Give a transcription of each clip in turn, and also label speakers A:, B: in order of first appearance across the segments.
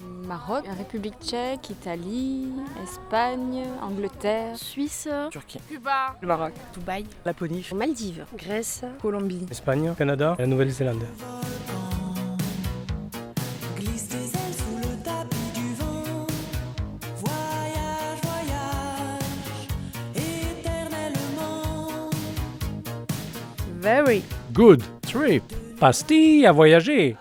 A: Maroc, République tchèque, Italie, Espagne, Angleterre,
B: Suisse,
C: Turquie,
D: Cuba,
E: Le Maroc,
B: Dubaï,
C: Laponie,
B: Maldives, Grèce,
E: Colombie,
F: Espagne, Canada, la Nouvelle-Zélande.
G: Glisse des ailes sous le tapis du vent. Voyage, voyage, éternellement.
B: Very.
F: Good trip. Pastille à voyager.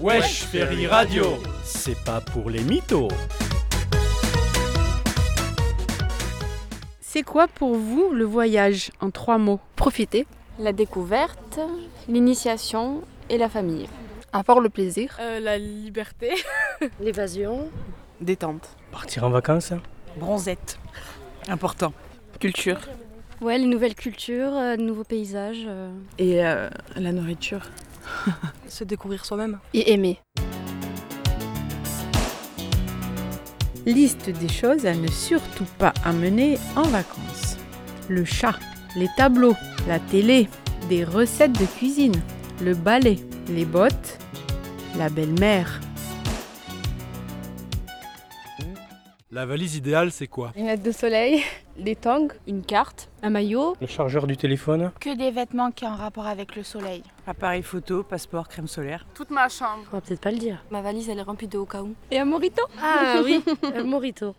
F: Wesh Ferry Radio, c'est pas pour les mythos.
B: C'est quoi pour vous le voyage en trois mots Profiter.
A: la découverte, l'initiation et la famille.
B: Avoir le plaisir.
H: Euh,
D: la liberté.
B: L'évasion.
C: détente,
F: Partir en vacances. hein.
C: bronzette. Important. Culture.
I: Ouais, les nouvelles cultures, euh, de nouveaux paysages. euh,
C: Et la nourriture.
D: Se découvrir soi-même.
I: et aimer.
H: Liste des choses à ne surtout pas amener en vacances. Le chat, les tableaux, la télé, des recettes de cuisine, le balai, les bottes, la belle-mère.
F: La valise idéale, c'est quoi
I: Une lettre de soleil, des tongs,
A: Une carte,
I: un maillot.
F: Le chargeur du téléphone.
J: Que des vêtements qui ont un rapport avec le soleil.
C: Appareil photo, passeport, crème solaire.
D: Toute ma chambre.
B: On va peut-être pas le dire.
J: Ma valise, elle est remplie de au cas où.
A: Et un morito
B: Ah oui, un morito.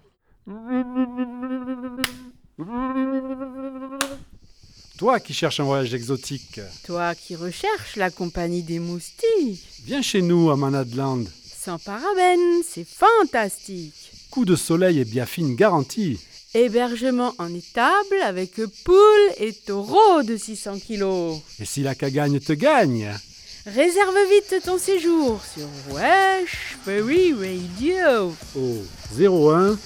K: Toi qui cherches un voyage exotique,
H: Toi qui recherches la compagnie des moustiques,
K: viens chez nous à Manadland.
H: sans parabènes, c'est fantastique.
K: Coup de soleil et biafine garantie.
H: Hébergement en étable avec poules et taureaux de 600 kilos.
K: Et si la cagagne te gagne
H: Réserve vite ton séjour sur Wesh Ferry Radio.
K: Au 01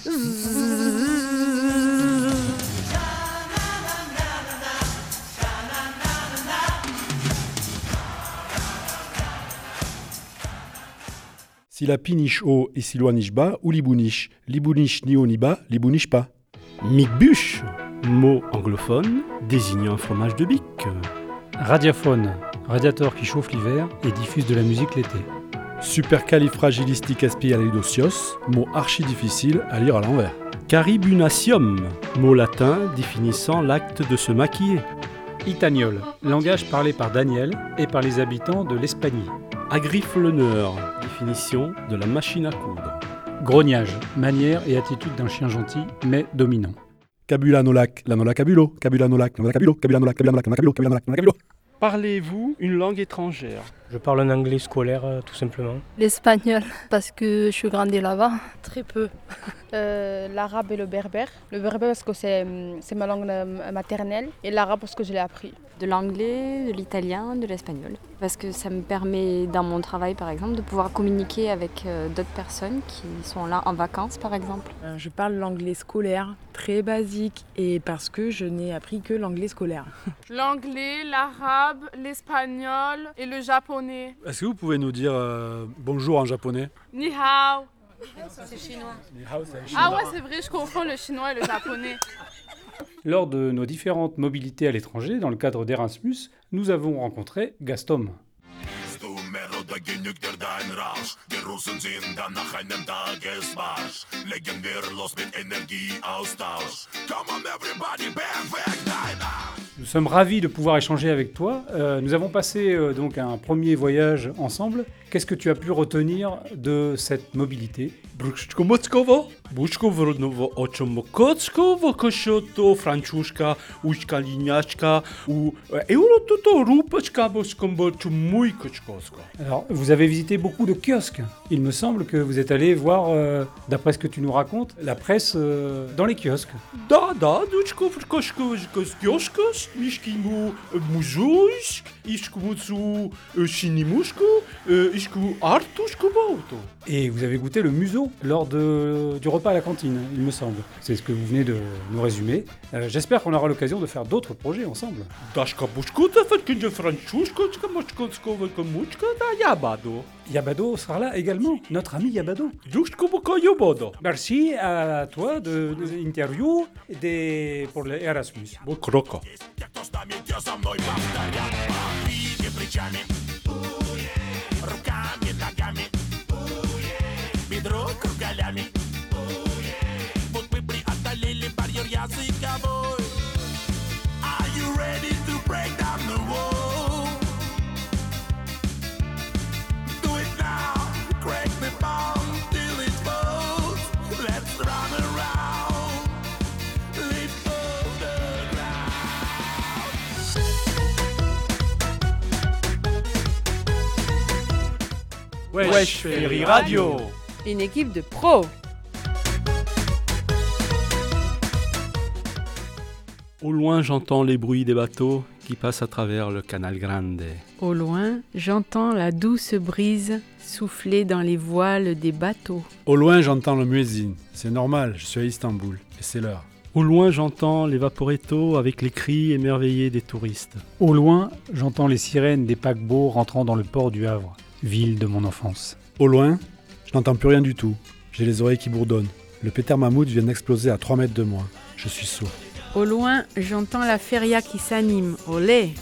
K: Si la piniche haut et si loin niche bas, ou libouniche Libouniche ni haut ni bas, libouniche pas.
F: Micbuche, mot anglophone désignant un fromage de bique. Radiophone, radiateur qui chauffe l'hiver et diffuse de la musique l'été.
K: Supercalifragilisticexpialidocious, mot archi difficile à lire à l'envers.
F: Caribunatium, mot latin définissant l'acte de se maquiller. Itaniol, langage parlé par Daniel et par les habitants de l'Espagnie. Agriflonneur, définition de la machine à coudre. Grognage, manière et attitude d'un chien gentil mais dominant.
K: Cabulanolac, lanolacabulo, cabulanolac, lanolacabulo, cabulanolac, cabulanolac, lanolacabulo, cabulanolac, lanolacabulo.
C: Parlez-vous une langue étrangère
F: Je parle un anglais scolaire euh, tout simplement.
I: L'espagnol, parce que je suis grandie là-bas.
B: Très peu.
J: l'arabe et le berbère. Le berbère parce que c'est c'est ma langue euh, maternelle et l'arabe parce que je l'ai appris.
A: de l'anglais, de l'italien, de l'espagnol. Parce que ça me permet, dans mon travail par exemple, de pouvoir communiquer avec euh, d'autres personnes qui sont là en vacances par exemple.
E: Euh, je parle l'anglais scolaire, très basique, et parce que je n'ai appris que l'anglais scolaire.
D: L'anglais, l'arabe, l'espagnol et le japonais.
K: Est-ce que vous pouvez nous dire euh, bonjour en japonais
D: Ni hao. Ah ouais, c'est vrai, je confonds le chinois et le japonais.
L: Lors de nos différentes mobilités à l'étranger, dans le cadre d'Erasmus, nous avons rencontré Gaston. Nous sommes ravis de pouvoir échanger avec toi. Euh, nous avons passé euh, donc un premier voyage ensemble. Qu'est-ce que tu as pu retenir de cette mobilité
C: Bruchkomotzkovo Bruchkovrnovo Ochomokotskovo Koshoto Franchushka Ushkalinachka ou Eurototo Rupochka Boskombo Chumuikochkosko.
L: Alors, vous avez visité beaucoup de kiosques. Il me semble que vous êtes allé voir, euh, d'après ce que tu nous racontes, la presse euh, dans les kiosques.
C: Da da Duchkovkoshkoskoskoskos Mishkimu Muzuisk Ishkumutsu e, Shinimushko Ishku Artushkuboto.
L: Et vous avez goûté le museau lors de, du
F: repas à la cantine, il me semble. C'est ce que vous venez de nous résumer. Euh, J'espère qu'on aura l'occasion de faire d'autres projets ensemble.
C: Daszka buszkuta, fetkinje francuszkoczka, moczkocko, wykomuczka, da jabado.
F: Yabado sera là également, notre ami Yabado.
C: Duszko buko yobodo.
F: Merci à toi de de l'interview des- pour les Erasmus.
C: Bo kroko.
L: Руками, ногами, бедро кругалями. Вот мы преодолели барьер языковой. Are you ready to break down the wall? Do it now, crack the bomb till it falls. Let's run around, leap off the ground.
F: Wesh,
L: Wesh, Ferry Radio.
B: Une équipe de pros.
I: Au loin, j'entends les bruits des bateaux qui passent à travers le canal Grande.
H: Au loin, j'entends la douce brise souffler dans les voiles des bateaux.
K: Au loin, j'entends le muezzin. C'est normal, je suis à Istanbul et c'est l'heure.
I: Au loin, j'entends les vaporettos avec les cris émerveillés des touristes.
F: Au loin, j'entends les sirènes des paquebots rentrant dans le port du Havre, ville de mon enfance.
K: Au loin, je n'entends plus rien du tout. J'ai les oreilles qui bourdonnent. Le pétard mammouth vient d'exploser à 3 mètres de moi. Je suis sourd.
H: Au loin, j'entends la feria qui s'anime. Olé